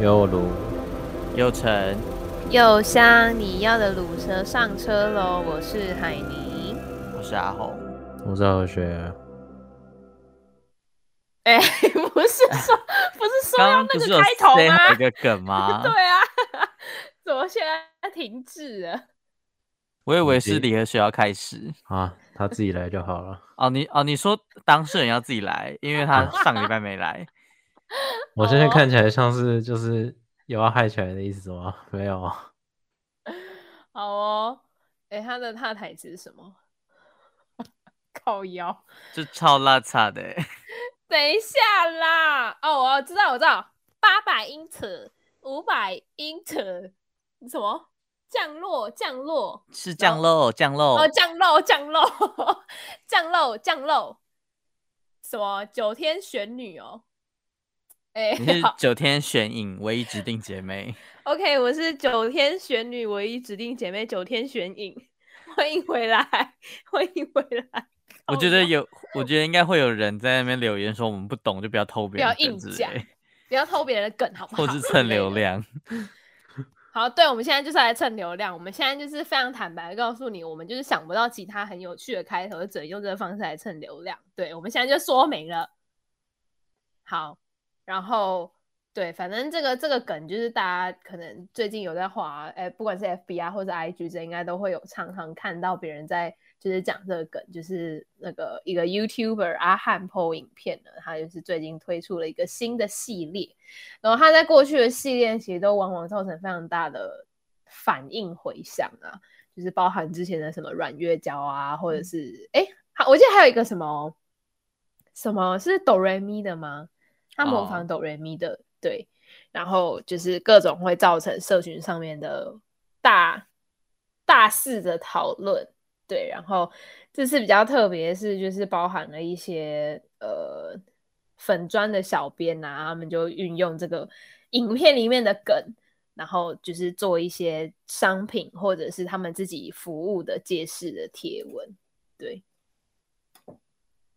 有如有成，又香，你要的卤蛇上车喽！我是海尼。我是阿红。我是何 学，啊哎、不是 说不是说刚要刚不那是个有开头 say 好一吗？个梗吗？ 对啊，怎么现在停滞了？我以为是你离合学要开始啊，他自己来就好了。哦。你哦，你说当事人要自己来，因为他上个礼拜没 来。我现在哦看起来像是就是有要嗨起来的意思吗？ 没有啊，好哦，哎、他的他的台词是什么？ 靠腰。就超拉差的欸，等一下啦！哦，我知道，我知道，八百英尺，五百英尺，什么降落？降落？是降落降落哦，降落，降落， 降落，降落，什么九天玄女哦？哎、你是好九天玄影唯一指定姐 妹， ，OK，我是九天玄女唯一指定姐妹九天玄影， 欢迎回来， 欢迎回 来。我靠觉得腰有，我觉得应该会有人在那边留言说我们不懂就不要偷别不人要的梗硬之讲类，不要偷别人的梗 好不好？或是之蹭类流的量。好，对，我们现在就是来蹭流量。我们现在就是非常坦白的告诉你，我们就是想不到其他很有趣的开头，就只能用这个方式来蹭流量。对，我们现在就说明了。好，然后对，反正这个这个梗就是大家可能最近有在滑，哎，不管是 FB 啊或是 IG，这应该都会有常常看到别人在就是讲这个梗，就是那个一个 YouTuber 阿汉 PO 影片呢，他就是最近推出了一个新的系列，然后他在过去的系列其实都往往造成非常大的反应回响啊，就是包含之前的什么软月娇啊，或者是哎、好，我记得还有一个什么什么是哆瑞咪的吗？他模哦仿哆瑞咪的，对，然后就是各种会造成社群上面的大大肆的讨论，对，然后这次比较特别是就是包含了一些呃粉砖的小编啊，他们就运用这个影片里面的梗，然后就是做一些商品或者是他们自己服务的揭示的贴文，对，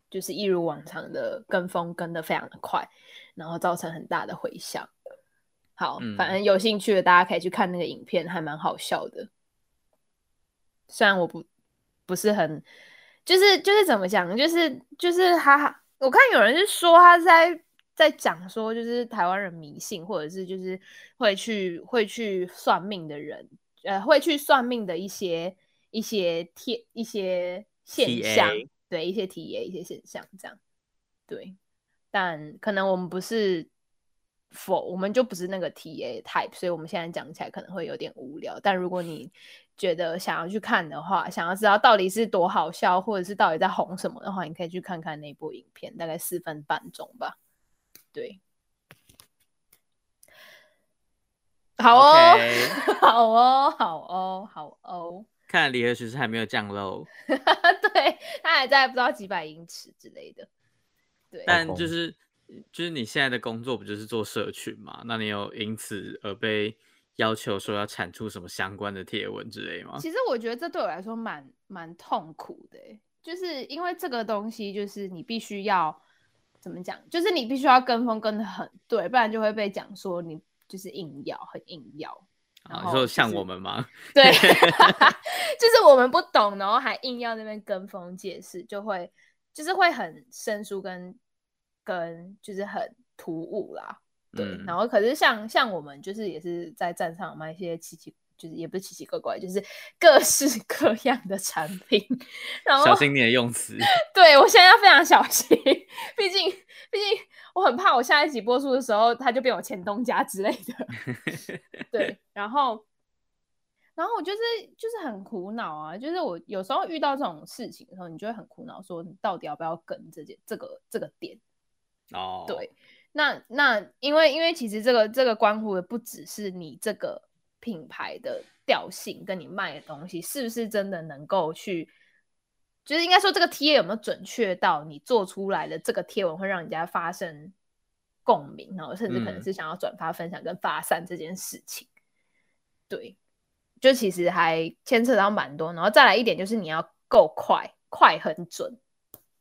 就是一如往常的跟风跟的非常的快，然后造成很大的回响。好，反嗯正有兴趣的大家可以去看那个影片，还蛮好笑的。虽然我不不是很，就是就是怎么讲，就是就是他，我看有人是说他在在讲说，就是台湾人迷信，或者是就是会去会去算命的人，呃，会去算命的一些一些贴一些现 TA 象，对一些 TA 一些现象这样，对，但可能我们不是。否，我们就不是那个 TA type，所以我们现在讲起来可能会有点无聊。但如果你觉得想要去看的话，想要知道到底是多好笑，或者是到底在红什么的话，你可以去看看那部影片，大概四分半钟吧。对，好哦 OK 好哦，好哦，好哦。 看来离合学是还没有降落，对，他还在不知道几百英尺之类的。对，但就疯是嗯就是你现在的工作不就是做社群嘛？那你有因此而被要求说要产出什么相关的贴文之类吗？其实我觉得这对我来说蛮蛮痛苦的欸，就是因为这个东西，就是你必须要怎么讲，就是你必须要跟风跟的很对，不然就会被讲说你就是硬要，很硬要。然啊，你后说就像是我们吗？对， 就是我们不懂，然后还硬要那边跟风解释，就会就是会很生疏跟跟就是很突兀啦。对，嗯然后可是像像我们就是也是在站上卖一些奇奇，就是也不是奇奇怪怪，就是各式 各样的产品，然后小心你的用词。对我现在要非常小心，毕竟毕竟我很怕我下一集播出的时候，他就变我前东家之类 的。对，然后然后我就是就是很苦恼啊，就是我有时候遇到这种事情的时候，你就会很苦恼，说你到底要不要跟这件这个这个点。哦，对，那那因为因为其实这个这个关乎的不只是你这个品牌的调性，跟你卖的东西是不是真的能够去，就是应该说这个贴有没有准确到你做出来的这个贴文会让人家发生共鸣，然后甚至可能嗯是想要转发、分享跟发散这件事情。对，就其实还牵扯到蛮多，然后再来一点就是你要够快，快很准，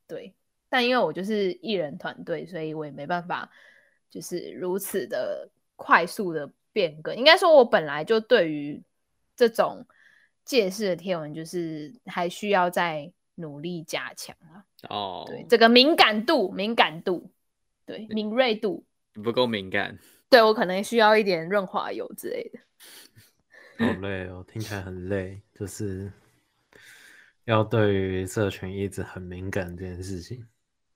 对。但因为我就是艺人团队，所以我也没办法就是如此的快速的变更。应该说，我本来就对于这种借势的贴文，就是还需要再努力加强啊。哦，对，这个敏感度、敏感度、对敏锐度，你不够敏感，对我可能需要一点润滑油之类的。好累哦，听起来很累，就是要对于社群一直很敏感这件事情。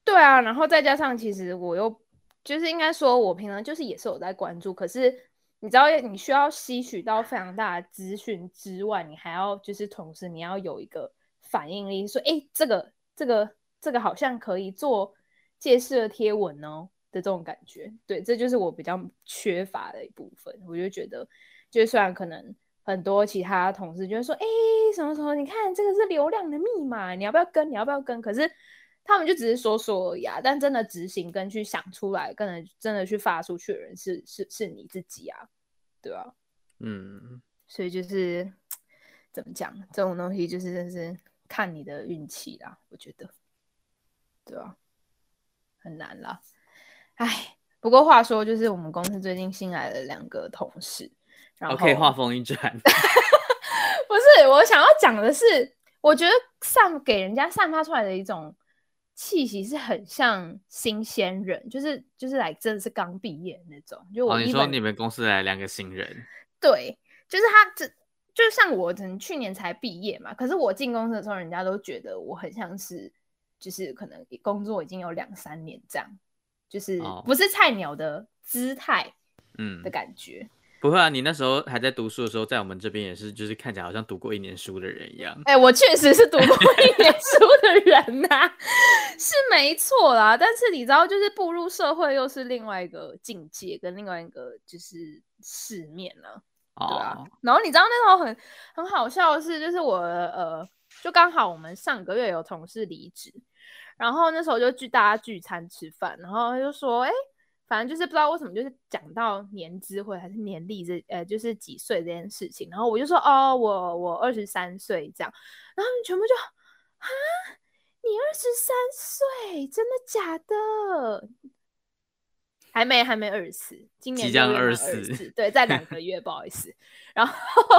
对啊，然后再加上，其实我又就是应该说，我平常就是也是有在关注，可是你知道，你需要吸取到非常大的资讯之外，你还要就是同时你要有一个反应力，说，哎，这个这个这个好像可以做借势的贴文哦的这种感觉。对，这就是我比较缺乏的一部分。我就觉得，就是虽然可能很多其他同事就会说，哎，什么什么，你看这个是流量的密码，你要不要跟？你要不要跟？可是。他们就只是说说而已啊，但真的执行跟去想出来，跟人真的去发出去的人是是是你自己啊，对啊，嗯，所以就是怎么讲，这种东西就是真是看你的运气啦，我觉得，对啊，很难啦，唉，不过话说，就是我们公司最近新来了两个同事，然后 OK，画风一 转，不是，我想要讲的是，我觉得散给人家散发出来的一种气息是很像新鲜人，就是就是来真的是刚毕业的那种。就我哦，你一说本、你们公司来两个新人，对，就是他这就像我，可能去年才毕业嘛，可是我进公司的时候，人家都觉得我很像是就是可能工作已经有两三年这样，就是哦不是菜鸟的姿态嗯的，感觉。不会啊，你那时候还在读书的时候，在我们这边也是，就是看起来好像读过一年书的人一样。哎、我确实是读过一年书的人呐、是没错啦。但是你知道，就是步入社会又是另外一个境界，跟另外一个就是世面了、对啊哦，。然后你知道那时候很很好笑的是，就是我呃，就刚好我们上个月有同事离职，然后那时候就聚大家聚餐吃饭，然后就说，哎、反正就是不知道为什么，就是讲到年资或者还是年历这呃，就是几岁这件事情，然后我就说，哦，我我二十三岁这样，然后他们全部就啊，你二十三岁，真的假的？还没，还没二十四，今年即将二24四，对，在两个月，不好意思。然后，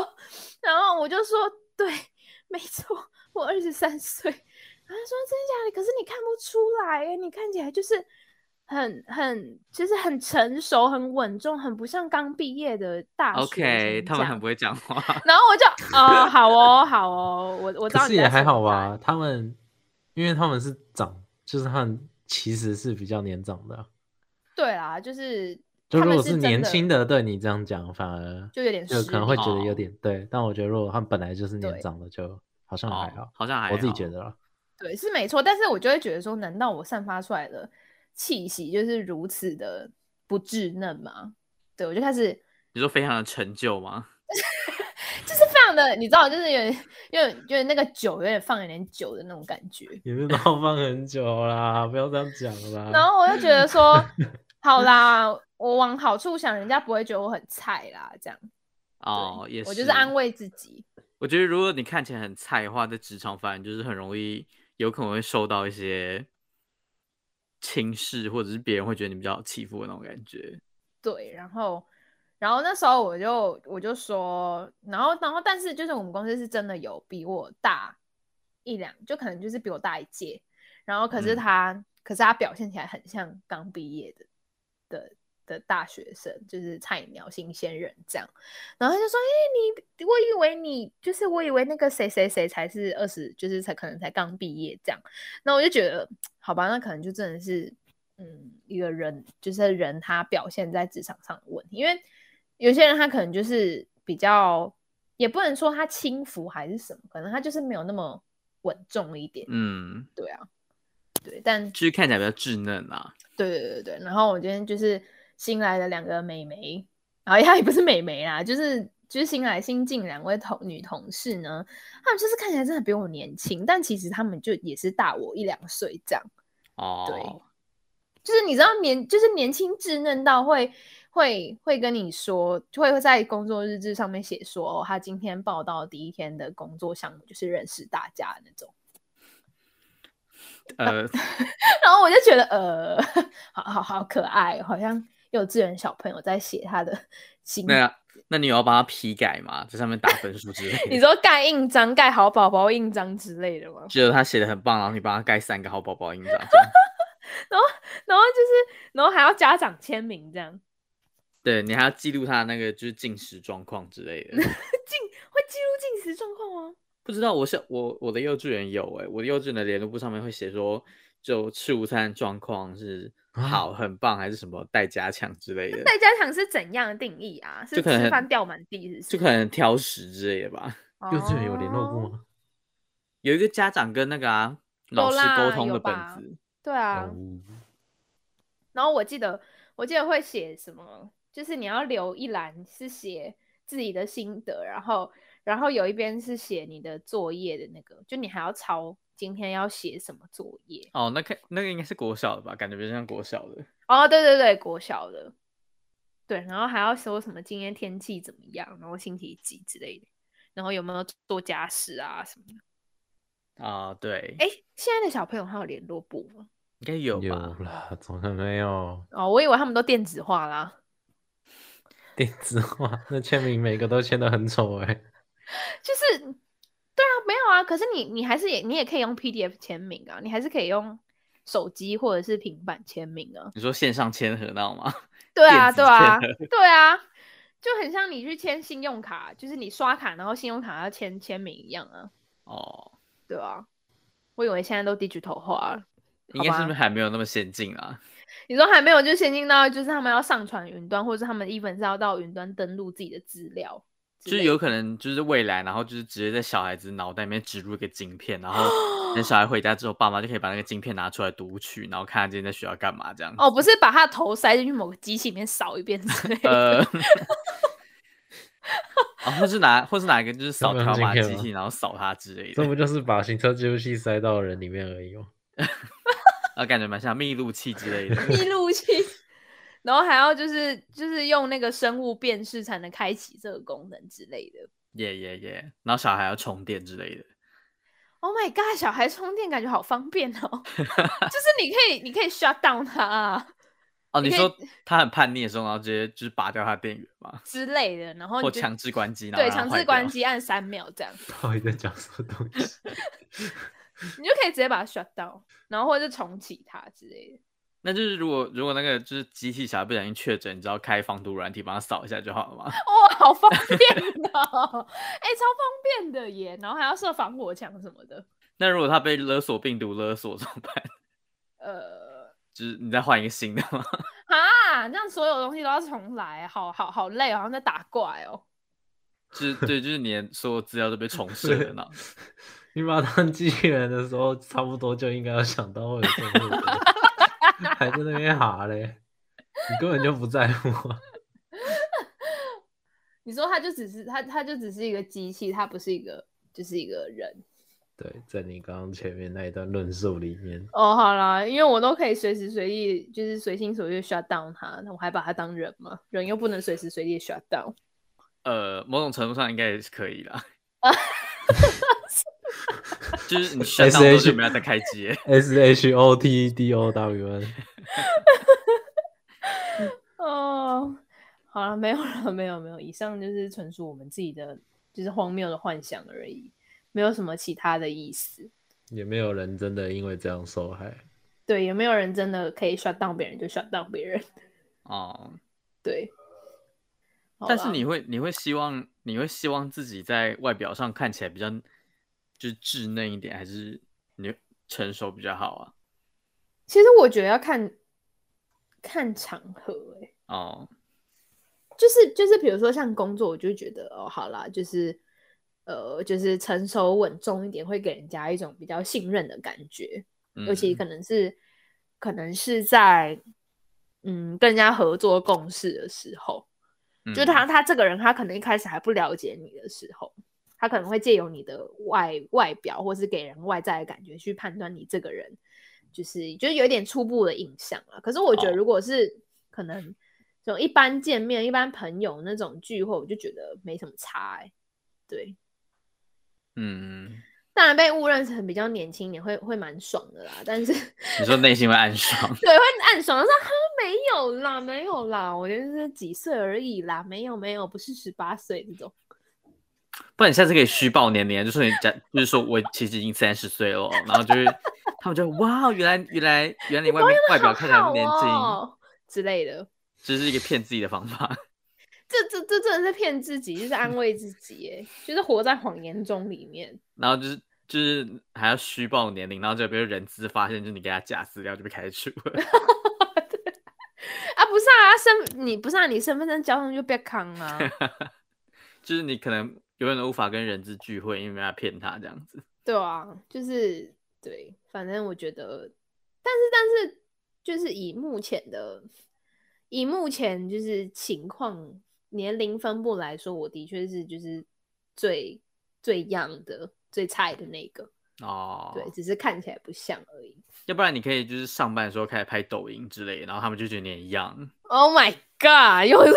然后我就说，对，没错，我二十三岁。然后他说真的假的？可是你看不出来耶，你看起来就是很很就是很成熟、很稳重，很不像刚毕业的大学生 OK，他这们样很不会讲 话。然后我就哦，好哦，好哦，我我知可道是你在也还说好啥吧，他们因为他们是长，就是他们其实是比较年长的啊，对啦，就是就他如们果是真年轻的，的对你这样讲，反而就有点就失可能会礼觉得有哦点对，但我觉得如果他们本来就是年对长的，就好像还哦好，，好像还我自己好觉得啦。对是没错，但是我就会觉得说，难道我散发出来的气息就是如此的不稚嫩吗？对我就开始你说非常的陈旧吗？就是非常的，你知道，就是有点有点有点那个酒有点放有点久的那种感觉。也是闹放很久啦，不要这样讲啦。然后我就觉得说，好啦，我往好处想，人家不会觉得我很菜啦，这样。对哦，也是。我就是安。慰自己。我觉得如果你看起来很菜的话，在职场反而就是很容易有可能会受到一些轻视，或者是别人会觉得你比较好欺负的那种感觉。对，然后，然后那时候我就我就说，然后然后但是就是我们公司是真的有比我大一两，就可能就是比我大一届，然后可是嗯他、可是他表现起来很像刚毕业的的的大学生，就是菜鸟新鲜人这样，然后他就说，哎、你我以为你就是我以为那个谁谁谁才是二十，就是才可能才刚毕业这样，那我就觉得，好吧，那可能就真的是，嗯，一个人就是人他表现在职场上的问题，因为有些人他可能就是比较，也不能说他轻浮还是什么，可能他就是没有那么稳重一点，嗯，对啊，对，但就是看起来比较稚嫩啊。对对对对，然后我今天就是新来的两个美眉，然 后她也不是美眉啦，就是就是新来新进两位同女同事呢，她们就是看起来真的比我年轻，但其实她们就也是大我一两岁这样。哦，就是你知道年，就是年轻稚嫩到会会会跟你说，会会在工作日志上面写说，哦，他今天报道第一天的工作项目就是认识大家那种。 呃，呃 然后我就觉得，呃，好好好可爱，好像幼稚园小朋友在写他的心那 那你有要帮他批改吗？在上面打分数之类的？你说盖印章、盖好宝宝印章之类的吗？ 觉得他写的很棒，然后你帮他盖三个好宝宝印章，这样 然后就是，然后还要家长签名这样，对你还要记录他的那个就是进食状况之类的。会记录进食状况哦吗？不知道我是我我的幼稚园有哎、我的幼稚园的联络簿上面会写说，就吃午餐的状况是啊好、很棒，还是什么待加强之类的，在家长是怎样的定义啊？是就可能吃饭掉满地是就不可能挑食之类的吧。是？幼稚园有联络部哦？吗？有一个家长跟那个啊老师啦沟通有的本吧子，对啊，哦，然后我记得我记得会写什么，就是你要留一栏是写自己的心得，然后然后有一边是写你的作业的那个，就你还要抄今天要写什么作业。哦，那个那个应该是国小的吧？感觉比较像国小的。哦，对对对，国小的，对，然后还要说什么今天天气怎么样，然后星期几之类的，然后有没有做家事啊什么的。啊、对，哎，现在的小朋友还有联络簿吗？应该有有吧？啦，怎么可能没有？哦，我以为他们都电子化啦。电子化 那签名每个都签的很丑哎、 就是对啊，没有啊。可是你你还是也你也可以用 PDF 签名啊，你还是可以用手机或者是平板签名啊。你说线上签合那种吗？ 对啊，电子对啊，签对啊，就很像你去签信用卡，就是你刷卡然后信用卡要签签名一样啊，哦，对啊。我以为现在都 digital 化了，应该好是吧还没有那么先进啊。你说还没有就先进到就是他们要上传云端，或者是他们 even 是要到云端登录自己的资料就之是类的，有可能就是未来，然后就是直接在小孩子脑袋里面植入一个晶片，然 后等小孩回家之后，爸妈就可以把那个晶片拿出来读取，然后看他今天在学校干嘛这样。 哦，不是把他的头塞进去某个机器里面扫一遍之类的。呃，啊，或是拿或是拿一个就是扫这么条码晶机片吗器，然后扫它之类这的，不就是把行车记录器塞到人里面而已吗？啊，感觉蛮像密录器之类的。 密录器，然后还要就是就是用那个生物辨识才能开启这个功能之类的。耶耶耶！然后小孩要充电之类的。 Oh my god！小孩充电感觉好方便 哦，就是你可以你可以 shut down 它啊哦，你你可以说他很叛逆的时候，然后直接就是拔掉他的电源嘛，之类的，然后哦你或就强制关机，然后对让它强坏制掉关。机按三秒这样， 到底在讲什么东西？你就可以直接把它 shut down，然后或者是重启它之类的。那就是如果如果那个就是机器小孩不小心确诊，你只要开防毒软体帮他扫一下就好了嘛。哇、好方便哦！ 哎、超方便的耶，然后还要设防火墙什么的。 那如果他被勒索病毒勒索怎么办？ 呃，就是你再换一个新的吗？ 啊，这样所有东西都要重来，好好好累哦，好像在打怪哦。就是对，就是你 的所有资料都被重设了呢。 你把它当机器人的时候，差不多就应该要想到会有这种问题， 还在那边哈嘞，你根本就不在乎啊。你说他就只是他，他就只是一个机器，他不是一个，就是一个人。对，在你刚刚前面那一段论述里面，哦，好啦，因为我都可以随时随地，就是随心所欲 shut down 他，那我还把他当人吗？人又不能随时随地 shut down。呃，某种程度上应该也是可以 啦。就是 你 shut down 之后 SH 就没有再开机耶。 S H O T D O W N，哦，好了，没有了，没有没有，以上就是纯属我们自己的，就是荒谬的幻想而已，没有什么其他的意思。也没有人真的因为这样受害。对，也没有人真的可以 shut down 别人就 shut down 别人。 哦，对，好但是啦你会你会希望你会希望自己在外表上看起来比较就是稚嫩一点，还是你成熟比较好啊？其实我觉得要看看场合、欸，哦，就是就是比如说像工作，我就觉得哦，好啦，就是呃，就是成熟稳重一点，会给人家一种比较信任的感觉，嗯、尤其可能是可能是在嗯跟人家合作共事的时候，就是他嗯他这个人，他可能一开始还不了解你的时候，他可能会借由你的外外表，或是给人外在的感觉去判断你这个人，就是就是有一点初步的印象啊。可是我觉得，哦如果是、可能这种一般见面、一般朋友那种聚会，我就觉得没什么差、欸。对，嗯，当然被误认成比较 年轻一点，会会蛮爽的啦。但是你说内心会暗爽 对，会暗爽，说哈没没有啦，没有啦，我就是几岁而已啦，没有没有，不是十八岁这种。不然你下次可以虚报年龄，就是你假，就是说我其实已经三十岁了，然后就是他们就哇，哦原来原来原来你外面外表看起来那么年轻，哦之类的，这是一个骗自己的方法。这这这真的是骗自己，就是安慰自己，哎，就是活在谎言中里面。然后就是就是还要虚报年龄，然后就被人资发现，就是你给他假资料就被开除了。 啊，不是啊，身你不是啊，你身份证交上就别扛 啊。就是你可能永远都无法跟人质聚会，因为没办法骗他这样子。对啊，就是对，反正我觉得，但是但是就是以目前的以目前就是情况年龄分布来说，我的确是就是最最样的最菜的那个，哦，对，只是看起来不像而已。要不然你可以就是上班的时候开始拍抖音之类的，然后他们就觉得你一样。 Oh my god！又是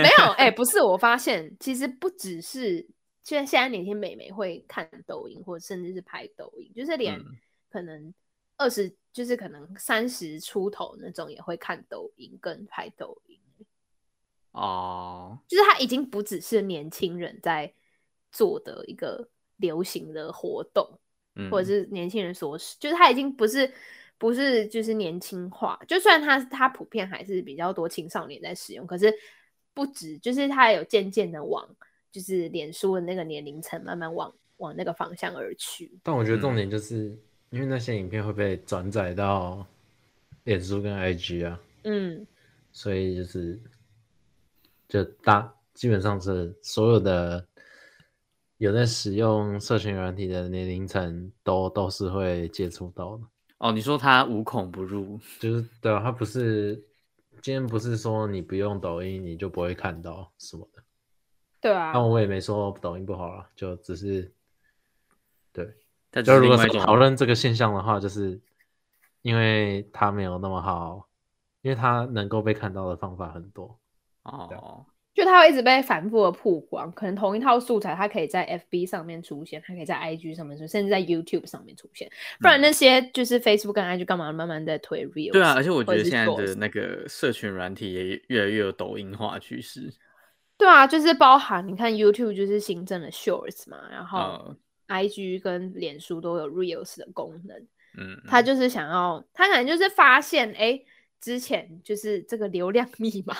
没有哎、不是，我发现其实不只是现在现在年轻美眉会看抖音，或者甚至是拍抖音，就是连嗯可能二十、就是可能三十出头那种也会看抖音跟拍抖音，哦，就是它已经不只是年轻人在做的一个流行的活动，嗯，或者是年轻人所使，就是它已经不是不是就是年轻化，就算它它普遍还是比较多青少年在使用，可是不止，就是它有渐渐的往就是脸书的那个年龄层慢慢往往那个方向而去。但我觉得重点就是、因为那些影片会被转载到脸书跟 IG 啊，嗯，所以就是就大基本上是所有的有在使用社群软体的年龄层都都是会接触到的，哦，你说他无孔不入，就是对啊，它不是今天不是说你不用抖音你就不会看到什么的，对哦啊但我也没说抖音不好啊，就只是对，他只就是如另果外是一种讨论这个现象的话，就是因为它没有那么好，因为它能够被看到的方法很多。哦，就它会一直被反复的曝光，可能同一套素材，它可以在 FB 上面出现，它可以在 IG 上面出现，甚至在 YouTube 上面出现。不然那些就是 Facebook 跟 IG 干嘛慢慢在推 Reels？嗯对啊，而且我觉或者得是现在 Shorts 的那个社群软体也越来越有抖音化趋势。对啊，就是包含你看 YouTube 就是新增了 Shorts 嘛，然后呃， IG 跟脸书都有 Reels 的功能。嗯，他就是想要，他可能就是发现，哎，之前就是这个流量密码，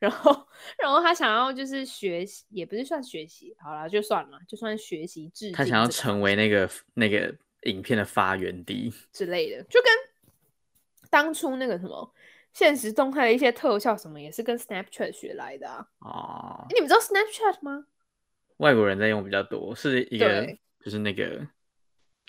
然后然后他想要就是学习，也不是算学习，好啦，就算了，就算学习致敬他想要这个成为那个那个影片的发源地。之类的，就跟当初那个什么现实动态的一些特效什么，也是跟 Snapchat 学来的啊。哦诶，你们知道 Snapchat 吗？外国人在用比较多，是一个对就是那个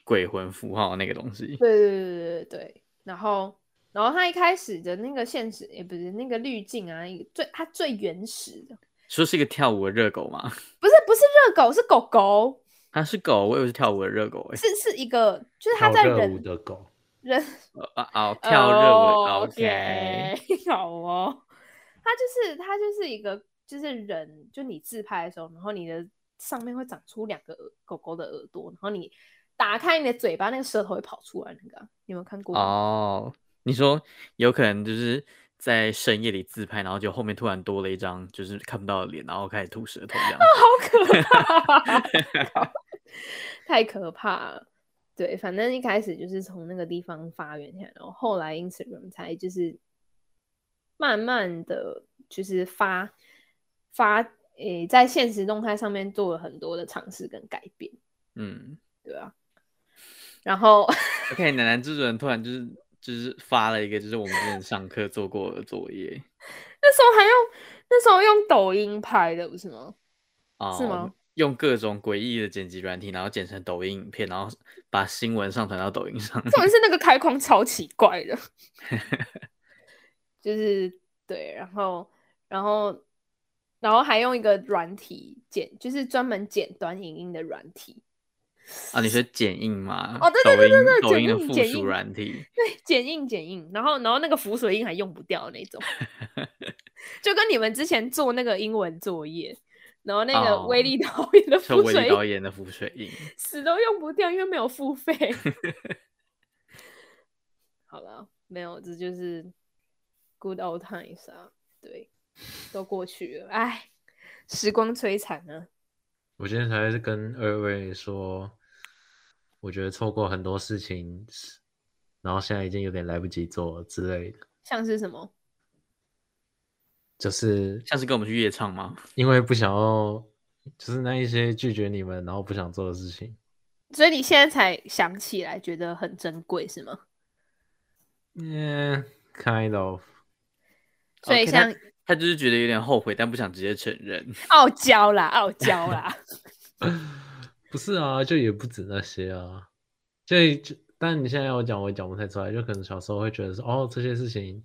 鬼魂符号那个东西。对对对对对，然后然后他一开始的那个现实也不是那个滤镜啊，一最它最原始的，说是一个跳舞的热狗吗？ 不是不是热狗，是狗狗，它是狗，我以为是跳舞的热狗、欸。是是一个，就是还它有在热舞人的狗，人啊啊！跳热舞的、哦 OK， OK 好哦，它就是它就是一个就是人，就你自拍的时候，然后你的上面会长出两个耳狗狗的耳朵，然后你打开你的嘴巴，那个舌头会跑出来，那个啊你有没有看过？哦，你说有可能就是在深夜里自拍，然后就后面突然多了一张就是看不到的脸，然后开始吐舌头这样。好可怕， 太可怕了。对，反正一开始就是从那个地方发源起来，然后后来 Instagram 才就是慢慢的就是发发诶、在现实动态上面做了很多的尝试跟改变，嗯对啊。然后 ，OK，奶奶制作人突然就是就是发了一个就是我们之前上课做过的作业那时候还用那时候用抖音拍的，不是吗？啊，是吗？用各种诡异的剪辑软体，然后剪成抖音影片，然后把新闻上传到抖音上。重点是那个开框超奇怪 的，就是对，然后然后然后还用一个软体剪，就是专门剪短影音的软体，啊，你说剪映吗？哦对对对对对抖音抖剪音映的附剪属映软体，对，剪映剪映，然后然后那个浮水印还用不掉那 种，就跟你们之前做那个英文作业，然后那个哦威力导演的就浮威水力印导演的浮水印。死都用不掉，因为没有付费。好了，没有，这就是 good old times 啊，对，都过去了，哎，时光摧残啊。我今天才是跟二位说，我觉得错过很多事情，然后现在已经有点来不及做了之类的，像是什么？就是下次跟我们去夜唱吗？因为不想要，就是那一些拒绝你们，然后不想做的事情。所以你现在才想起来，觉得很珍贵是吗？嗯、yeah,，kind of。所以 OK，像他他就是觉得有点后悔，但不想直接承认。傲娇啦，傲娇啦， 不是啊，就也不止那些啊，就就但你现在要我讲，我也讲不太出来。就可能小时候会觉得说，哦，这些事情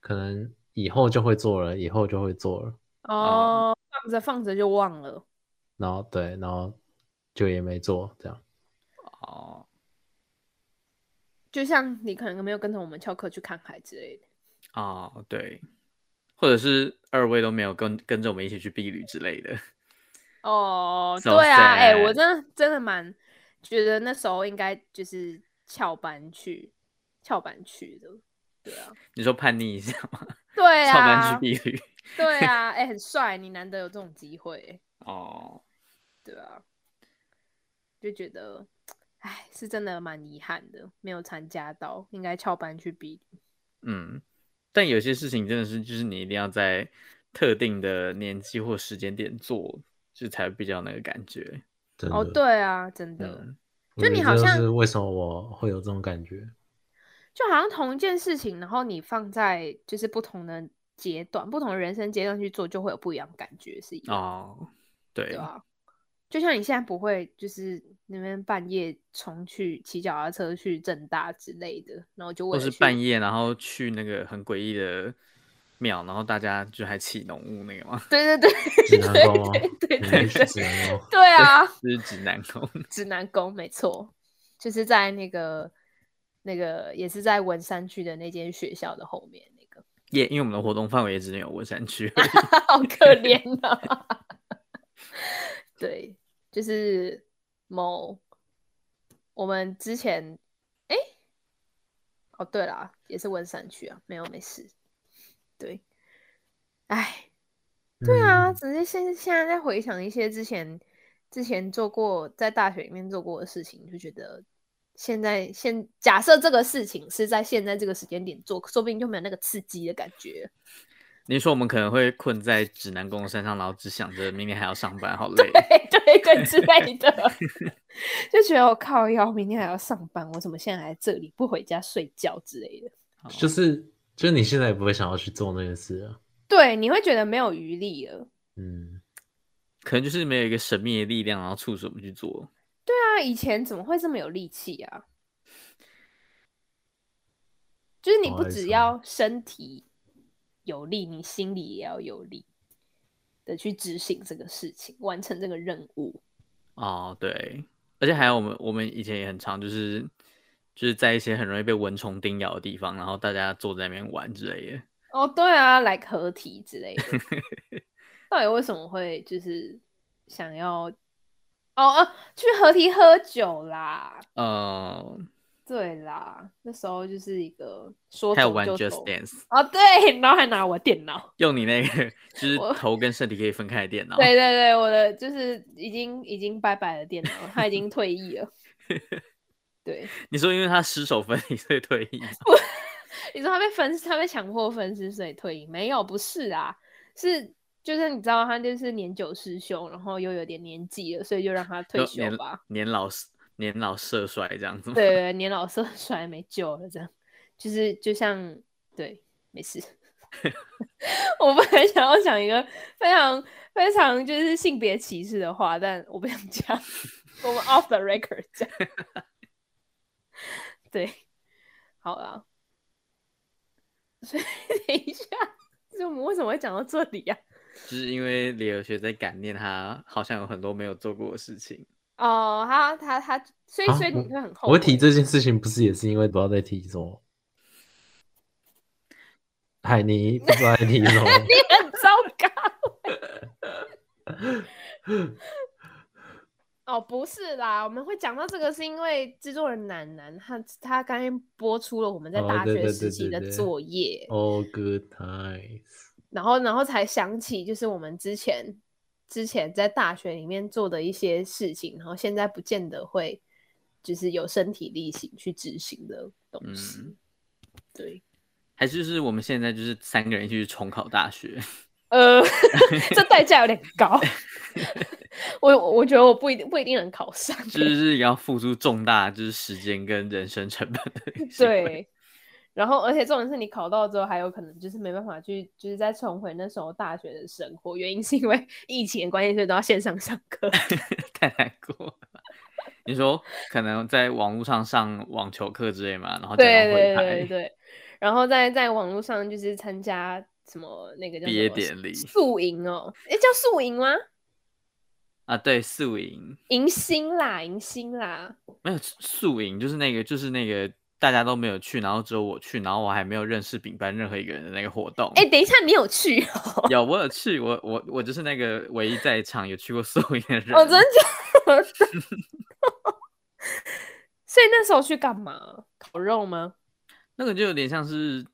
可能以后就会做了，以后就会做了，哦，放着放着就忘了。然后对，然后就也没做这样。哦就像你可能没有跟着我们翘课去看海之类的，哦，对，或者是二位都没有跟跟着我们一起去避旅之类的。哦 So 对啊，哎、我 sad 真的真的蛮觉得那时候应该就是翘班去，翘班去的，对啊，你说叛逆一下吗？ 对翘班去啊，避旅。对啊，哎、很帅，你难得有这种机会、哦，对啊，就觉得，哎，是真的蛮遗憾的，没有参加到，应该翘班去比。嗯，但有些事情真的是，就是你一定要在特定的年纪或时间点做，就才比较那个感觉。真的哦，，对啊，真的，嗯，我就觉你得好这就像是为什么我会有这种感觉。就好像同一件事情，然后你放在就是不同的阶段、不同的人生阶段去做，就会有不一样的感觉，是一样的，哦，对，对啊。就像你现在不会，就是那边半夜冲去骑脚踏车去正大之类的，然后就为或了是去半夜然后去那个很诡异的庙，然后大家就还起浓雾那个吗？ 对对对指对南宫吗对对你对们去对指南宫对啊，就是指南宫。 指南宫，没错，就是在那个那个也是在文山区的那间学校的后面那个，也、因为我们的活动范围也只能有文山区而已。 好可怜啊！ 对，就是某我们之前哎、哦对啦，也是文山区啊，没有没事，对，哎，对啊，嗯只是现现在在回想一些之前之前做过在大学里面做过的事情，就觉得现在现假设这个事情是在现在这个时间点做，说不定就没有那个刺激的感觉。你说我们可能会困在指南宫山上，然后只想着明天还要上班，好累 对。对对之类的，就觉得我靠要明天还要上班，我怎么现在还在这里不回家睡觉之类的？好就是就是你现在也不会想要去做那个事啊。对，你会觉得没有余力了。嗯，可能就是没有一个神秘的力量，然后促使我们去做。对啊，以前怎么会这么有力气啊？就是你不不好意只思啊要身体有力，你心里也要有力的去执行这个事情，完成这个任务。哦，对，而且还有我们我们以前也很常就是就是在一些很容易被蚊虫叮咬的地方，然后大家坐在那边玩之类的。哦，对啊，来合体之 类的。到底为什么会就是想要？哦哦，去合体喝酒啦，呃，对啦，那时候就是一个说还有走玩就 Just 走 Dance，哦哦，对，然后还拿我电脑。用你那个就是我头跟身体可以分开的电脑。对对对，我的就是已经已经拜拜的电脑，他已经退役 了。对，你说因为他失手分离所以退役吗，你说他被分，他被强迫分尸，所以退役？没有，不是啊，是就是你知道他就是年久失修，然后又有点年纪了，所以就让他退就休年吧。年老年老色衰 这样子吗。对对，年老色衰没救了，这样就是就像对，没事。我本来想要讲一个非常非常就是性别歧视的话，但我不想讲，我们 off the record 讲。对，好啦。所以等一下，就我们为什么会讲到这里啊呀、就是因为李尔学在感念他好像有很多没有做过的事情。哦，他他他，所以啊所以你我会很后我悔。会提这件事情，不是也是因为不知道在提什么？海尼不知道在提什 么？很糟糕。 哦，不是啦，我们会讲到这个是因为制作人楠楠他他刚刚播出了我们在哦大对学对时对期对的对哦作业， All Oh, good times，然后然后才想起就是我们之前之前在大学里面做的一些事情，然后现在不见得会就是有身体力行去执行的东西。嗯对，还是就是我们现在就是三个人一起去重考大 学，呃，这代价有点高， 我我觉得我不一定不一定能考上。 就是要付出重大就是时间跟人生成本的行为。对，然后而且重点是你考到之后，还有可能就是没办法去，就是再重回那时候大学的生活。原因是因为 疫情的关系，所以都要线上上 课。太难过了。你说可能在网络上上网球课之类嘛，然后讲到对啊会对拍对对，然后在在网络上就是参加什么那个叫毕什业么典礼宿营哦，诶，叫宿营吗？啊，对宿营迎新啦，迎新啦，没有宿营，就是那个就是那个大家都没有去，然后只有我去，然后我还没有认识丙班任何一个人的那个活动。诶，等一下，你有去哦？有我有去，我我我就是那个唯一在场有去过宿营的人。哦，真 的假的？所以那时候去干嘛？烤肉吗？那个就有点像是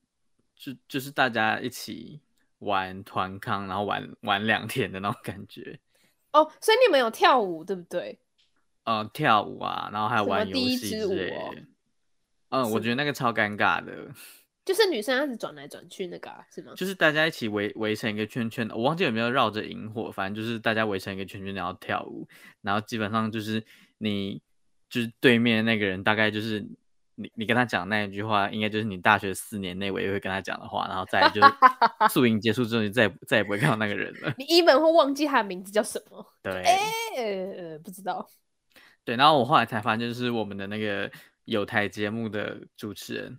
就就是大家一起玩团康，然后玩玩两天的那种感觉。哦，所以你们有跳舞对不对？呃，跳舞啊，然后还有什么玩游第一戏支之舞类的。哦嗯，我是觉得那个超尴尬的，就是女生开始转来转去那个、啊、是吗？就是大家一起围围成一个圈圈，我忘记有没有绕着萤火，反正就是大家围成一个圈圈，然后跳舞，然后基本上就是你就是对面那个人，大概就是你你跟他讲那一句话，应该就是你大学四年内唯一会跟他讲的话，然后再来就是宿营结束之后，你再也再也不会看到那个人了。 你一本会忘记他的名字叫什么？对。哎、 呃，不知道。对，然后我后来才发现，就是我们的那个有台节目的主持人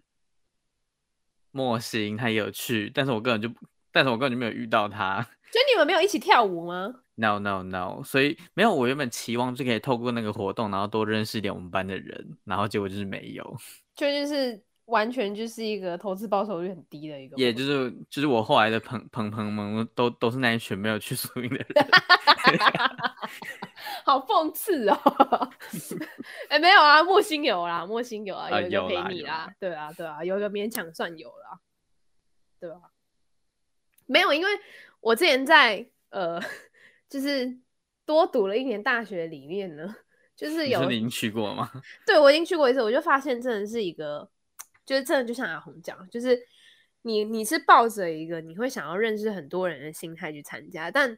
莫欣，他也有去，但是我根本就，但是我根本就没有遇到他。所以你们没有一起跳舞吗？ No no no，所以没有。我原本期望是可以透过那个活动，然后多认识一点我们班的人，然后结果就是没有，就就是完全就是一个投资报酬率很低的一个活动，也就是就是我后来的朋朋朋们都都是那一群没有去 宿营的人。好讽 刺哦。哎、没有啊，莫心有啦，莫心有啊，啊有一个有陪啦你有啦，啦对啊，对啊，有一个勉强算有啦，对啊，没有，因为我之前在呃， 就是多读了一年大学里面呢，就是你有说你已经去过吗？对，我已经去过一次，我就发现真的是一个，就是真的就像阿红讲，就是你你是抱着一个你会想要认识很多人的心态去参加，但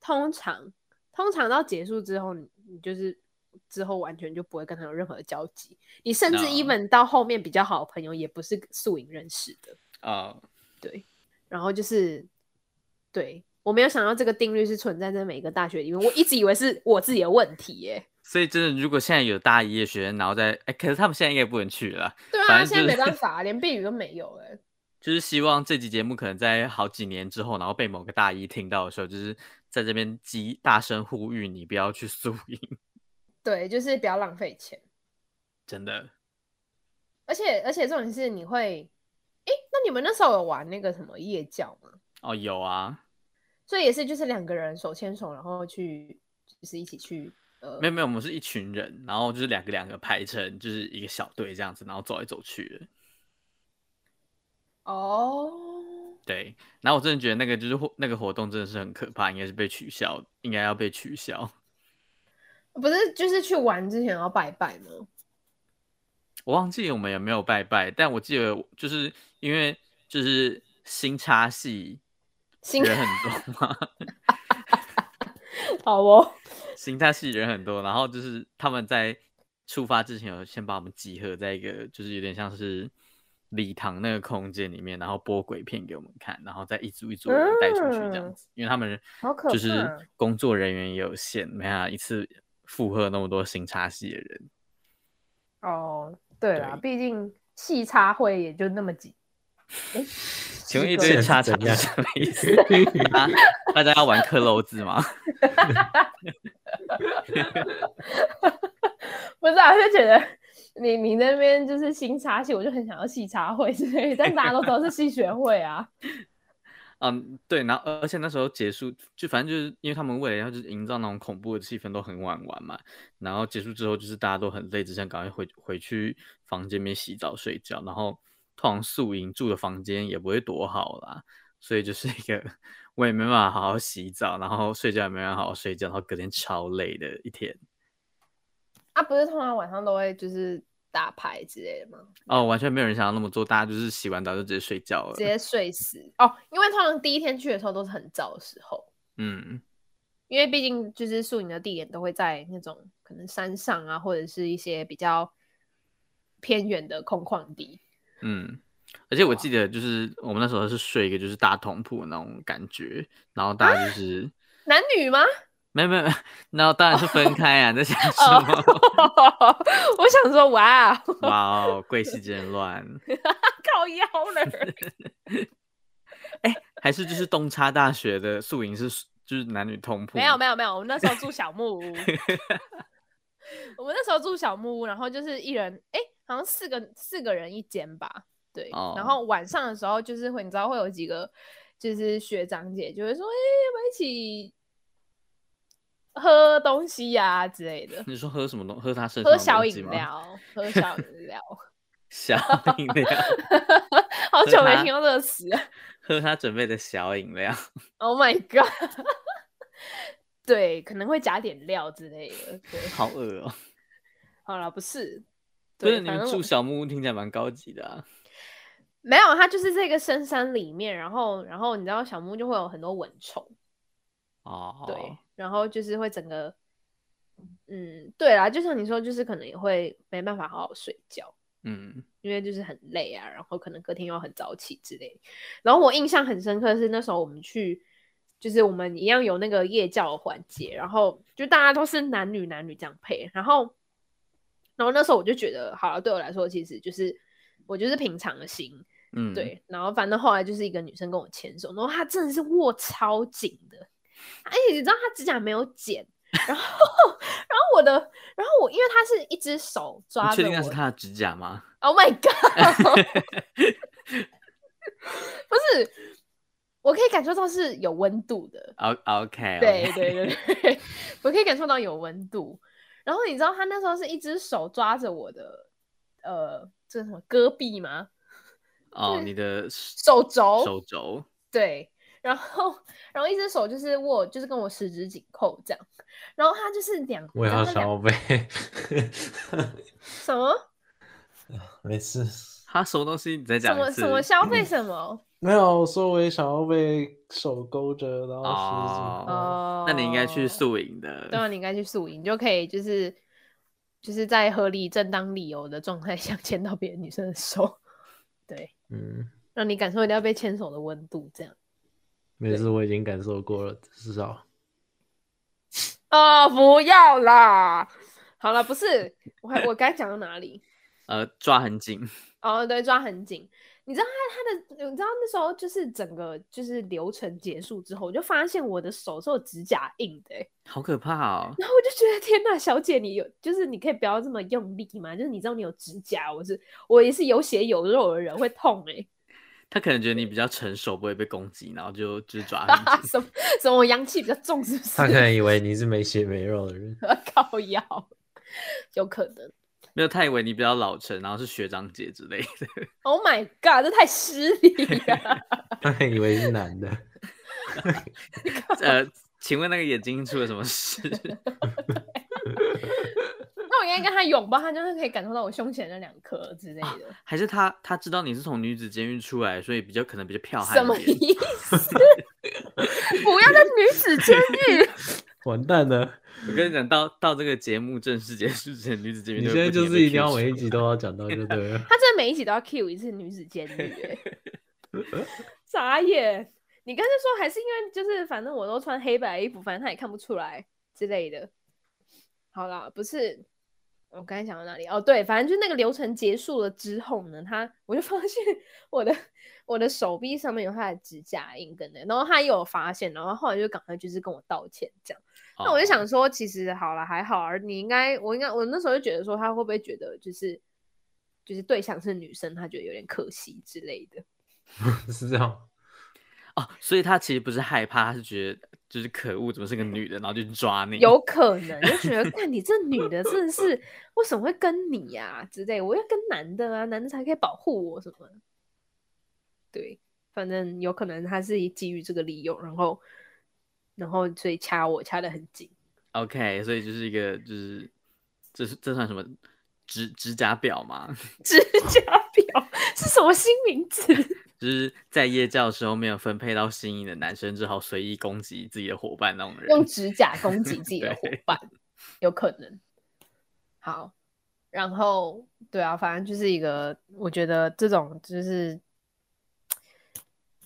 通常通常到结束之后，你你就是之后完全就不会跟他有任何交集，你甚至 No even 到后面比较好的朋友也不是素影认识的，啊、对，然后就是对我没有想到这个定律是存在在每个大学里面，我一直以为是我自己的问题耶、所以真的，如果现在有大一的学生，然后在，哎，可是他们现在应该不能去了啦。对 反啊，正现在就没是办法，连避雨都没有哎、就是希望这期节目可能在好几年之后，然后被某个大一听到的时候，就是在这边激大声呼吁你不要去 宿营，对，就是不要浪费钱，真的。而且而且重点是你会，诶，那你们那时候有玩那个什么夜教吗？哦，有啊，所以也是就是两个人手牵手，然后去就是一起去，呃，没有没有，我们是一群人，然后就是两个两个排成就是一个小队这样子，然后走来走去的。哦，对，然后我真的觉得那个就是活那个活动真的是很可怕，应该是被取消，应该要被取消。 不是就是去玩之前要拜拜吗？我忘记我们有没有拜拜，但我记得就是因为就是新插戏新人很多嘛， 好哦，新泰系人很多，然后就是他们在出发之前有先把我们集合在一个就是有点像是礼堂那个空间里面，然后播鬼片给我们看，然后再一组一组地带出去这样子，因为他们嗯好可怕啊就是工作人员也有限，没办法一次负荷那么多新插系的人。哦，对啦，毕竟戏插会也就那么几， 诶请问十一个堆人插插怎样是什么意思？ 啊，大家要玩克漏字吗？不是啊，就觉得你你那边就是新插戏，我就很想要戏插会之类的，但大家都知道是戏学会啊。嗯，对，然后而且那时候结束，就反正就是因为他们为了要就是营造那种恐怖的气氛，都很晚玩嘛。然后结束之后，就是大家都很累，只想赶快回回去房间里面洗澡睡觉。然后通常宿营住的房间也不会多好啦，所以就是一个 我也没办法好好洗澡，然后睡觉也没办法好好睡觉，然后隔天超累的一天。啊，不是通常晚上都会就是打牌之类的吗？哦，完全没有人想要那么做，大家就是洗完澡就直接睡觉了直。接睡死哦，因为通常第一天去的时候都是很早的时候，嗯，因为毕竟就是宿营的地点都会在那种可能山上啊，或者是一些比较偏远的空旷地。嗯，而且我记得就是我们那时候是睡一个就是大通铺那种感觉，然后大家就是、男女吗？没有没有，没有那当然是分开啊，在想什 么？哦 我想说，哇，哇哦，贵气真乱， 靠腰了。还是就是东差大学的宿营是就是男女通铺？没有没有没有，我们那时候住小木屋，我们那时候住小木屋，然后就是一人，哎、好像四个四个人一间吧，对。哦然后晚上的时候就是会，你知道会有几个就是学长姐就会说，哎、要不要一起喝东西呀、之类的，你说喝什么东？喝他身上喝的小东西饮吗，料，喝小饮料。 小饮料，好喝久没它听到这个词了。喝他准备的小饮料。 Oh my god！对，可能会加点料之类的。对，好恶哦、好了，不是，不是对，你反们正我住小木屋听起来蛮高级的啊。没有，它就是这个深山里面，然后然后你知道小木就会有很多蚊虫，哦，对，然后就是会整个，嗯，对啦，就像你说，就是可能也会没办法好好睡觉。嗯，因为就是很累啊，然后可能隔天又要很早起之类的。然后我印象很深刻的是那时候我们去，就是我们一样有那个夜教的环节，然后就大家都是男女男女这样配，然后然后那时候我就觉得，好了，对我来说其实就是我就是平常的心，嗯，对。然后反正后来就是一个女生跟我牵手，然后她真的是握超紧的，而且你知道她指甲没有剪。然后， 然后我的，然后我，因为她是一只手你抓着确我定那是的他的指甲吗？ Oh my god！不是，我可以感受到是有温度的。 o OK，对对对对，我可以感受到有温度。然后你知道他那时候是一只手抓着我的，呃，这是什么胳臂吗？哦，对你的手肘。手肘，对，然后 然后一只手就是握，就是跟我十指紧扣这样。然后他就是两，我也要然后他两小杯， 什么没事，他什么东西？你再什讲么一次什么消费什么？没有我说我也想要被手勾着，然后十指哦扣哦，那你应该去宿营的。对啊，你应该去宿营，你就可以就是就是在合理正当理由的状态下 牵到别的女生的手，对，嗯，让你感受一定要被牵手的温度，这样。没事，我已经感受过了，至少啊、不要啦！好了，不是，我还我该讲到哪里？呃，抓很紧，哦，对，抓很紧。你知道他他的，你知道那时候就是整个就是流程结束之后，我就发现我的手是有指甲印的欸、好可怕哦！然后我就觉得天呐，小姐，你有就是你可以不要这么用力吗？就是你知道你有指甲，我是我也是有血有肉的人，会痛哎、他可能觉得你比较成熟，不会被攻击，然后就就是抓哈哈， 很紧。什么什么我阳气比较重是不他可 是？能以为你是没血没肉的人。靠腰，有可能。没有，他以为你比较老成，然后是学长姐之类的。 Oh my god，这太失礼了。他还以为是男的，呃，请问那个眼睛出了什么事？ 那我应该跟他拥抱，他就是可以感受到我胸前的两颗之类的。还是他他知道你是从女子监狱出来，所以比较可能比较剽悍什么一点？意思？不要在女子监狱。完蛋了！ 我跟你讲，到到这个节目正式结束之前，女子监狱你都现在会不就停地是一被定要 Q 每一出集来都要讲到，就对了。 他真的每一集都要 cue 一次女子监狱、欸，傻眼！你刚才说还是因为就是反正我都穿黑白衣服，反正他也看不出来之类的。好啦，不是我刚才想到哪里？哦，对，反正就那个流程结束了之后呢，他我就发现我的 我的手臂上面有他的指甲印跟的，然后他也有发现，然后后来就赶快就是跟我道歉这样。那我就哦想说，其实好了，还好啊。你应该，我应该，我那时候就觉得说，他会不会觉得就是就是对象是女生，他觉得有点可惜之类的。是这样，哦，所以他其实不是害怕，他是觉得就是可恶，怎么是个女的，然后就抓你。有可能就觉得，看你这女的真的是为什么会跟你呀、之类，我要跟男的啊，男的才可以保护我什么的。对，反正有可能他是基于这个理由，然后然后所以掐我掐的很紧。 OK，所以就是一个就是这是这算什么指指甲表吗？ 指甲 表是什么新名字？就是在夜教的时候没有分配到心仪的男生，只好随意攻击自己的伙伴那种人。用指甲攻击自己的伙 对伴，有可能。好，然后对啊，反正就是一个，我觉得这种就是，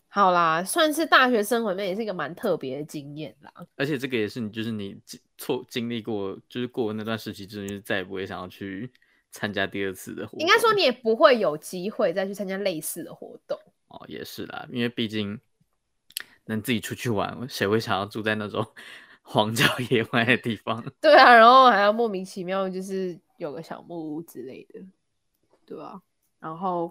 好啦，算是大学生活里面也是一个蛮特别的经验啦。而且这个也是你，就是你经错经历过，就是过那段时期之后，就是再也不会想要去参加第二次的活动。应该说你也不会有机会再去参加类似的活动。哦，也是啦，因为毕竟能自己出去玩，谁会想要住在那种 荒郊野外的地方？对啊，然后还要莫名其妙就是有个小木屋之类的，对啊。然后，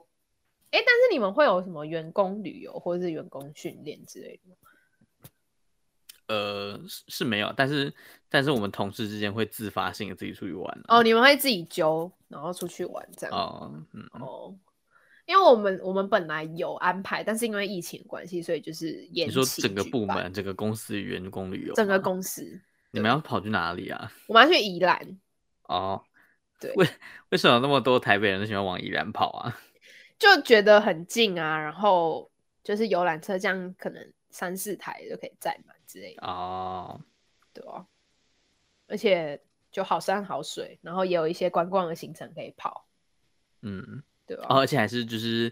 哎，但是你们会有什么员工旅游或者是员工训练之类的吗？呃，是是没有，但是但是我们同事之间会自发性的自己出去玩啦哦，你们会自己揪，然后出去玩这样。哦，嗯，哦，因为我们我们本来有安排，但是因为疫情的关系，所以就是延你期。说整个部、门、整个公司与员工旅游吗，整个公司，你们要跑去哪里啊？我们要去宜兰，哦，对为为什么那么多台北人都喜欢往宜兰跑啊？就觉得很近啊，然后就是游览车这样可能三四台就可以载满之类的，哦，对啊。而且就好山好水，然后也有一些观光的行程可以跑，嗯，对啊吧、哦，而且还是就是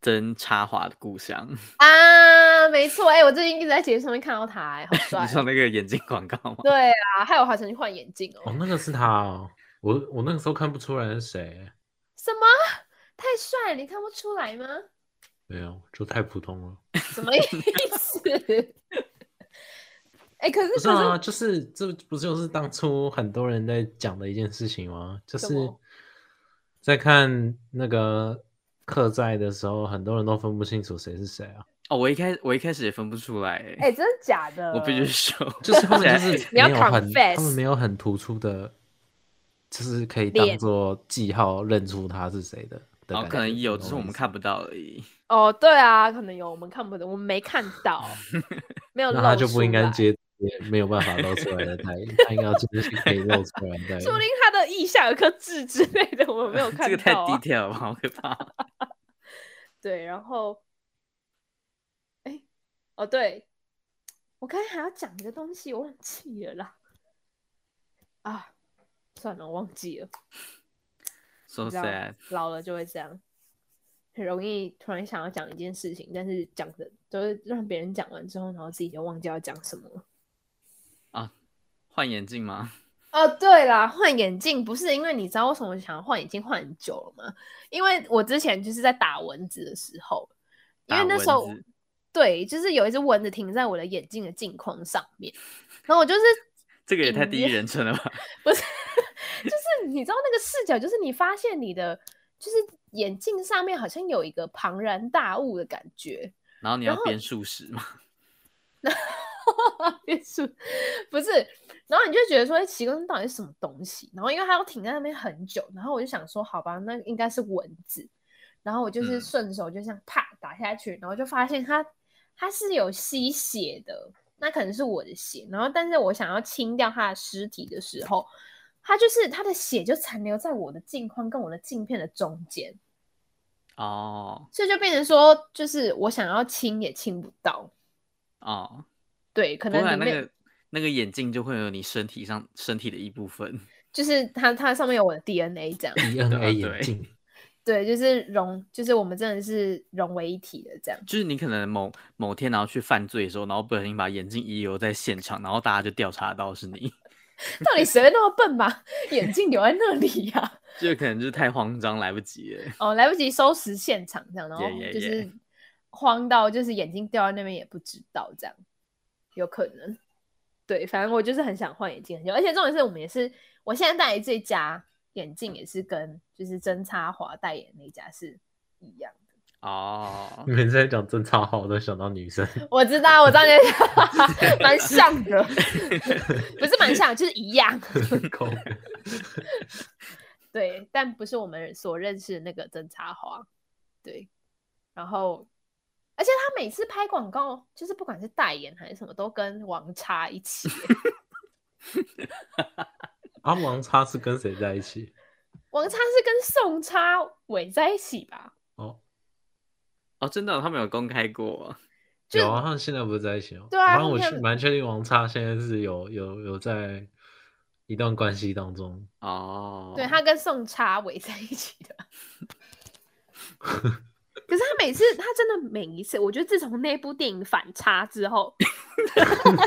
真插画的故乡， 啊，没错，哎、我最近一直在节目上面看到他、哎，好帅 你哦、说那个眼镜广告吗？对啊，害我还曾去换眼镜哦、哦，那个是他哦，我我那个时候看不出来是谁，什么？太帅了，你看不出来吗？没有，就太普通了。什么意思？ 哎、可是不是可是、啊，就是这不就是当初很多人在讲的一件事情吗？就什是么在看那个客栈的时候，很多人都分不清楚谁是谁 啊。哦，我一开我一开始也分不出来欸，哎、呃真的假的？我必须说， 就是他们就而是你要没有很， confess 他们没有很突出的，就是可以脸当做记号认出他是谁的。的然感后哦可能觉有，你懂只是我意们思看不到而已。哦，对啊，可能有我们看不懂，我们没看 到，没有那露他就不应该出来。接，没有办法露出 来的代言，他应该要接是可以露出来的代言。说不定他的腋下有颗痣之类的，我们没有看到、啊。这个太 detail 了吧，好可 怕。对，然后，哎、哦对，我刚才还要讲一个东西，我忘记了啦。啊，算了，我忘记了。 So 你知道 sad，老了就会这样，很容易突然想要讲一件事情，但是讲的都是让别人讲完之后，然后自己就忘记要讲什么了。啊换眼镜吗？ 哦，对啦，换眼镜不是因为你知道为什么我想要换眼镜换很久了吗？因为我之前就是在打蚊子的时候，因打为那时候蚊子对，就是有一只蚊子停在我的眼镜的镜框上面，然后我就是这个也太隐第一约人称了吧？ 不是，就是你知道那个视角，就是你发现你的就是眼镜上面好像有一个庞然大物的感觉，然后你要编数十吗？ 变数不是，然后你就觉得说，哎，奇怪，那到底是什么东西？然后因为它要停在那边很久，然后我就想说，好吧，那应该是蚊子。然后我就是嗯顺手就这样啪打下去，然后就发现它它是有吸血的，那可能是我的血。然后但是我想要清掉它的尸体的时候，它就是它的血就残留在我的镜框跟我的镜片的中间，哦所以就变成说，就是我想要清也清不到。哦，对，可不能然里那面、个那个眼镜就会有你身体上身体的一部分。就是它它上面有我的 DNA 这样。 DNA 对啊眼镜，对，就是融，就是我们真的是融为一体的这样。就是你可能某某天然后去犯罪的时候，然后不小心把眼镜遗留在现场，然后大家就调查到是你，到底谁会那么笨吧？眼镜留在那里呀、这可能就是太慌张来不及了。哦，来不及收拾现场这样，然后 Yeah, yeah, 就是 yeah. 慌到就是眼睛掉在那边也不知道这样，有可能。对，反正我就是很想换眼镜很久，而且重点是我们也是，我现在戴的这家眼镜也是跟就是真插华代言那家是一样的，哦，你们在讲争吵好，我都想到女 生。我知道，我知道你在想蛮像的，不是蛮像，就是一样。靠北对，但不是我们所认识的那个侦察花。对，然后，而且他每次拍广告，就是不管是代言还是什么，都跟王叉一起。 阿王叉是跟谁在一起？王叉是跟宋叉伟在一起吧？哦，哦，真的哦、他们有公开过就有啊，他们现在不是在一起哦。对啊反正我他们确蛮确定王叉现在是有有有在一段关系当中。哦。对他跟宋叉伟在一起的。 可是他每次，他真的每一次，我觉得自从那部电影反差之后， 他就他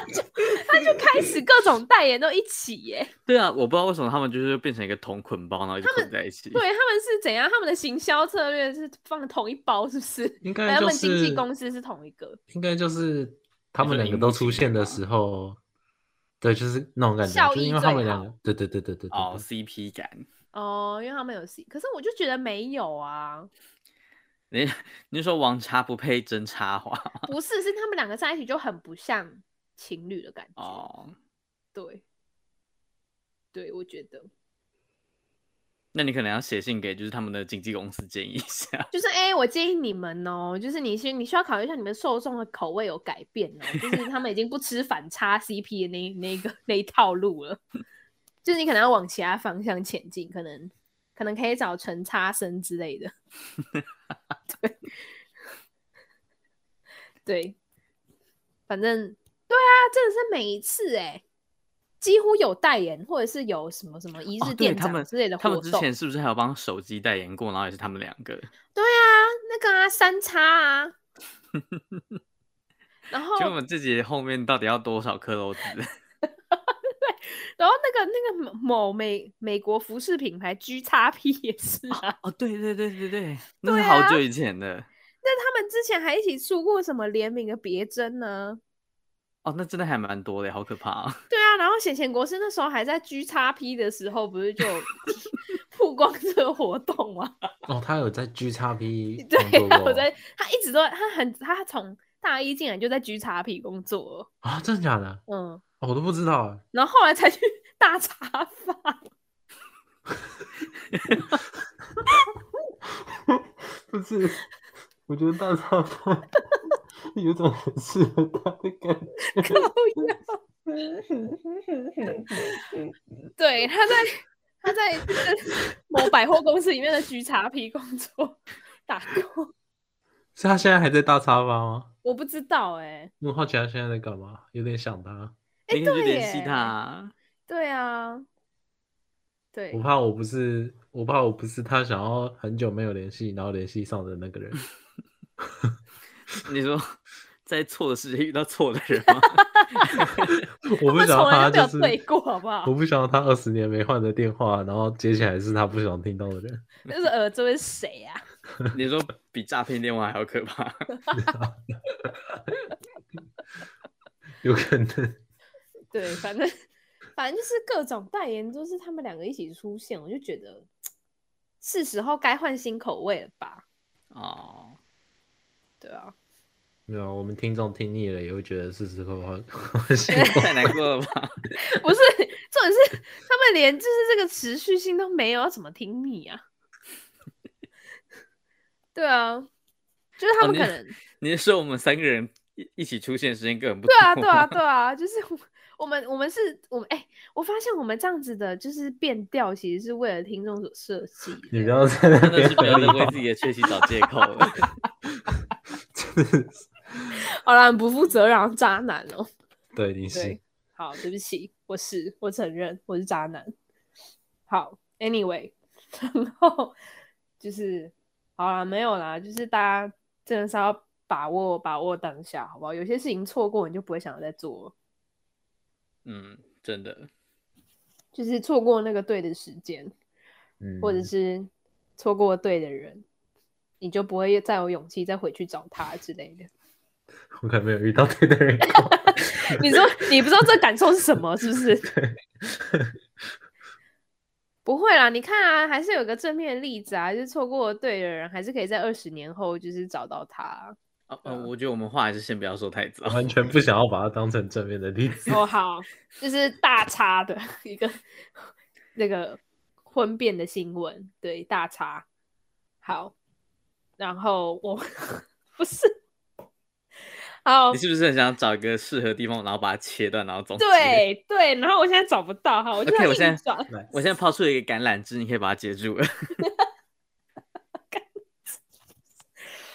就开始各种代言都一起耶。对啊，我不知道为什么他们就是变成一个同捆包，然后就捆在一起。对，他们是怎样？他们的行销策略是放同一包，是不是？ 应哎该他就们经纪是公司是同一个，应该就是他就们是两个荧都幕出情现侣的啊时候，对，就是那种感觉，效就是益因为他最们两好个，对对对对对对哦对，CP 感。哦，因为他们有戏，可是我就觉得没 有啊，你你是说王茶不配真插花不是，是他们两个在一起就很不像情侣的感觉，哦？对，对，我觉得那你可能要写信给就是他们的经纪公司建议一下。就是哎、我建议你们哦，就是你需你需要考虑一下你们受众的口味有改变哦，就是他们已经不吃反差 CP 的那那个那一套路了， 就是你可能要往其他方向前进，可能可能可以找陈差生之类的， 对对，反正对啊，真的是每一次哎、几乎有代言，或者是有什么什么一哦日对店他们长之类的活他动，们之前是不是还有帮手机代言过？然后也是他们两个，对啊，那个啊，三叉啊，然后就我们自己后面到底要多少颗楼 子？然后那个那个某某美美国服饰品牌 G 叉 P 也是 啊，哦，对对对对对， 那对是啊好久以前的、那他们之前还一起出过什么联名的别针呢？哦，那真的还蛮多的，好可怕、啊！对啊，然后显贤国师那时候还在 G 叉 P 的时候，不是就 曝光这个活动吗？ 哦，他有在 G 叉 P 工对作过啊，哦我在他一直都他很他从大一进来就在 G 叉 P 工作啊，真的假的？了，嗯，哦我都不知道啊，然后后来才去 大茶坊。不是，我觉得大家 有种很适合他的感觉。对，他在他在某百货公司里面的橘茶皮工作打工，是他现在还在大沙发吗？我不知道哎、我好奇他现在在干嘛，有点想他。哎你可以去对联系耶他啊。对啊，对我，怕我不是，我怕我不是他想要很久没有联系，然后联系上的那个 人。你说在错的世界遇到错的人吗？ 我他不们想从要他来就就没有是，对过，好不好我？不想要他二十年没换的电话，然后接起来是他不想听到的人。就是呃，这位是谁啊？你说比诈骗电话还要可怕？有可能对，反正反正就是各种代言都是他们两个一起出现，我就觉得是时候该换新口味了吧？哦， 对啊，没有，我们听众听腻了也会觉得是时候换 换新闻。太难过了吧？不是，重点是他们连就是这个持续性都没有，要怎么听你啊？ 对啊，就是他哦们你可能、你是说我们三个人一一起出现的时间根本不对啊，多对啊，对啊，就是我我们我们是我们哎、我发现我们这样子的就是变调，其实是为了听众所设计的。你不要在那真的边是不要合理再为自己的缺席找借口了。 好啦，很不负责任，渣男哦、对，你是对，好，对不起，我是我承认我是渣男。好，anyway，然 后就是好啦，没有啦，就是大家真的是要把握把握当下，好不好？有些事情错过你就不会想要再做了，嗯，真的，就是错过那个对的时间，嗯，或者是错过对的人，你就不会再有勇气再回去找他之类的。我可能没有遇到对的人过。 你说你不知道这感受是什么，是不是？不会啦，你看啊，还是有个正面的例子啊，就是错过对的人，还是可以在二十年后就是找到他啊。哦哦，我觉得我们话还是先不要说太早。完全不想要把它当成正面的例子。哦，好，就是大差的一个那个婚变的新闻，对，大差。好，然后我不是，好你，是不是很想找一个适合的地方，然后把它切断，然后总结？对对，然后我现在找不到哈，我就 OK，要我硬现在转。我现在抛出了一个橄榄枝，你可以把它截住了。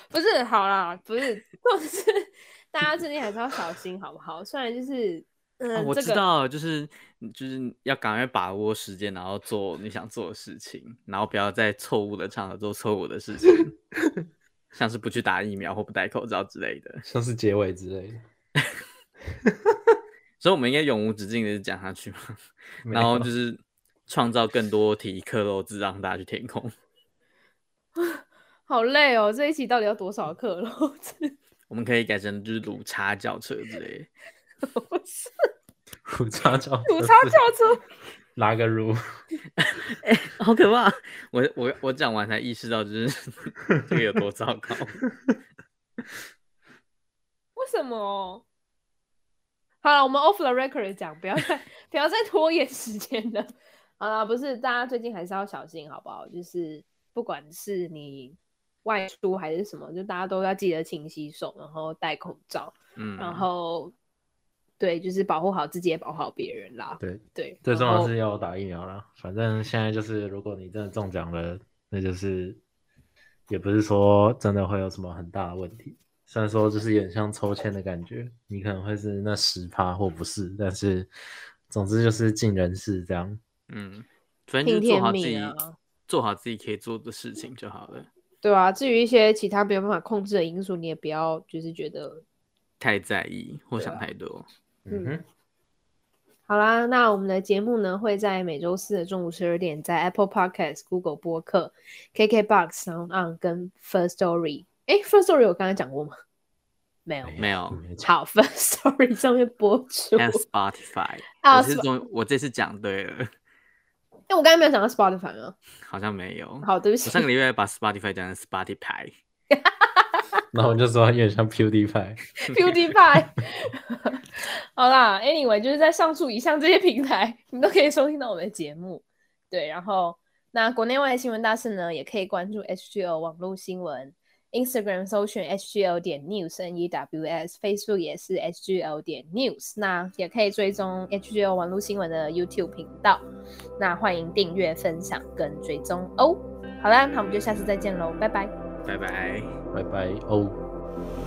不是，好啦，不 是，就是大家最近还是要小心，好不好？虽然就是，嗯、 哦我这知个道，就是就是要赶快把握时间，然后做你想做的事情，然后不要在错误的场合做错误的事情， 像是不去打疫苗或不戴口罩之类的。像是结尾之类的。所以，我们应该永无止境的讲下去嘛，没然有后就是创造更多题克漏字，让大家去填空。好累哦，这一期到底要多少克了？我们可以改成就是鲁叉轿车之类的。 虎叉叫，吐槽跳车，拉个乳，哎、好可怕！我我我讲完才意识到，就是 这个有多糟 糕。为什么？好了，我们 off the record 讲，不要再 不要再拖延时间了。好啦，不是，大家最近还是要小心，好不好？就是不管是你外出还是什么，就大家都要记得勤洗手，然后戴口罩，嗯，然后对，就是保护好自己，也保护好别人啦。对，对，最然重要后是要打疫苗啦。反正现在就是，如果你真的中奖了，那就是也不是说真的会有什么很大的问题。虽然说就是有点像抽签的感觉，你可能会是那十趴或不是，但是总之就是尽人事这样。嗯，反正听就是做天好自命己、啊做好自己可以做的事情就好了，对啊，至于一些其他没有办法控制的因素，你也不要就是觉得太在意或对想啊太多。嗯哼，好啦。那我们的节目呢，会在每周四的中午十二点，在 Apple Podcast、Google 播客、KKBox、Sound On 跟 First Story。哎，First Story 我刚才讲过吗？ 没有。没有嗯没错， 好，First Story 上面播出。 And Spotify， 啊我是，Sp- 终于我这次讲对了，哎，我刚才没有讲到 Spotify 啊。好像没有。好，对不我起。上个礼拜把 Spotify 讲成 Spotify，那我就说有点像 PewDiePie， PewDiePie。好啦，Anyway，就是在上述以上这些平台， 你都可以收听到我们的节目。对，然后那国内外的新闻大事呢，也可以关注 HGL 网络新闻，Instagram 搜寻 HGL 点 news n e w s，Facebook 也是 HGL 点 news，那也可以追踪 HGL 网络新闻的 YouTube 频道。那欢迎订阅、分享跟追踪哦。好啦，那我们就下次再见喽，拜拜。拜拜。拜拜哦。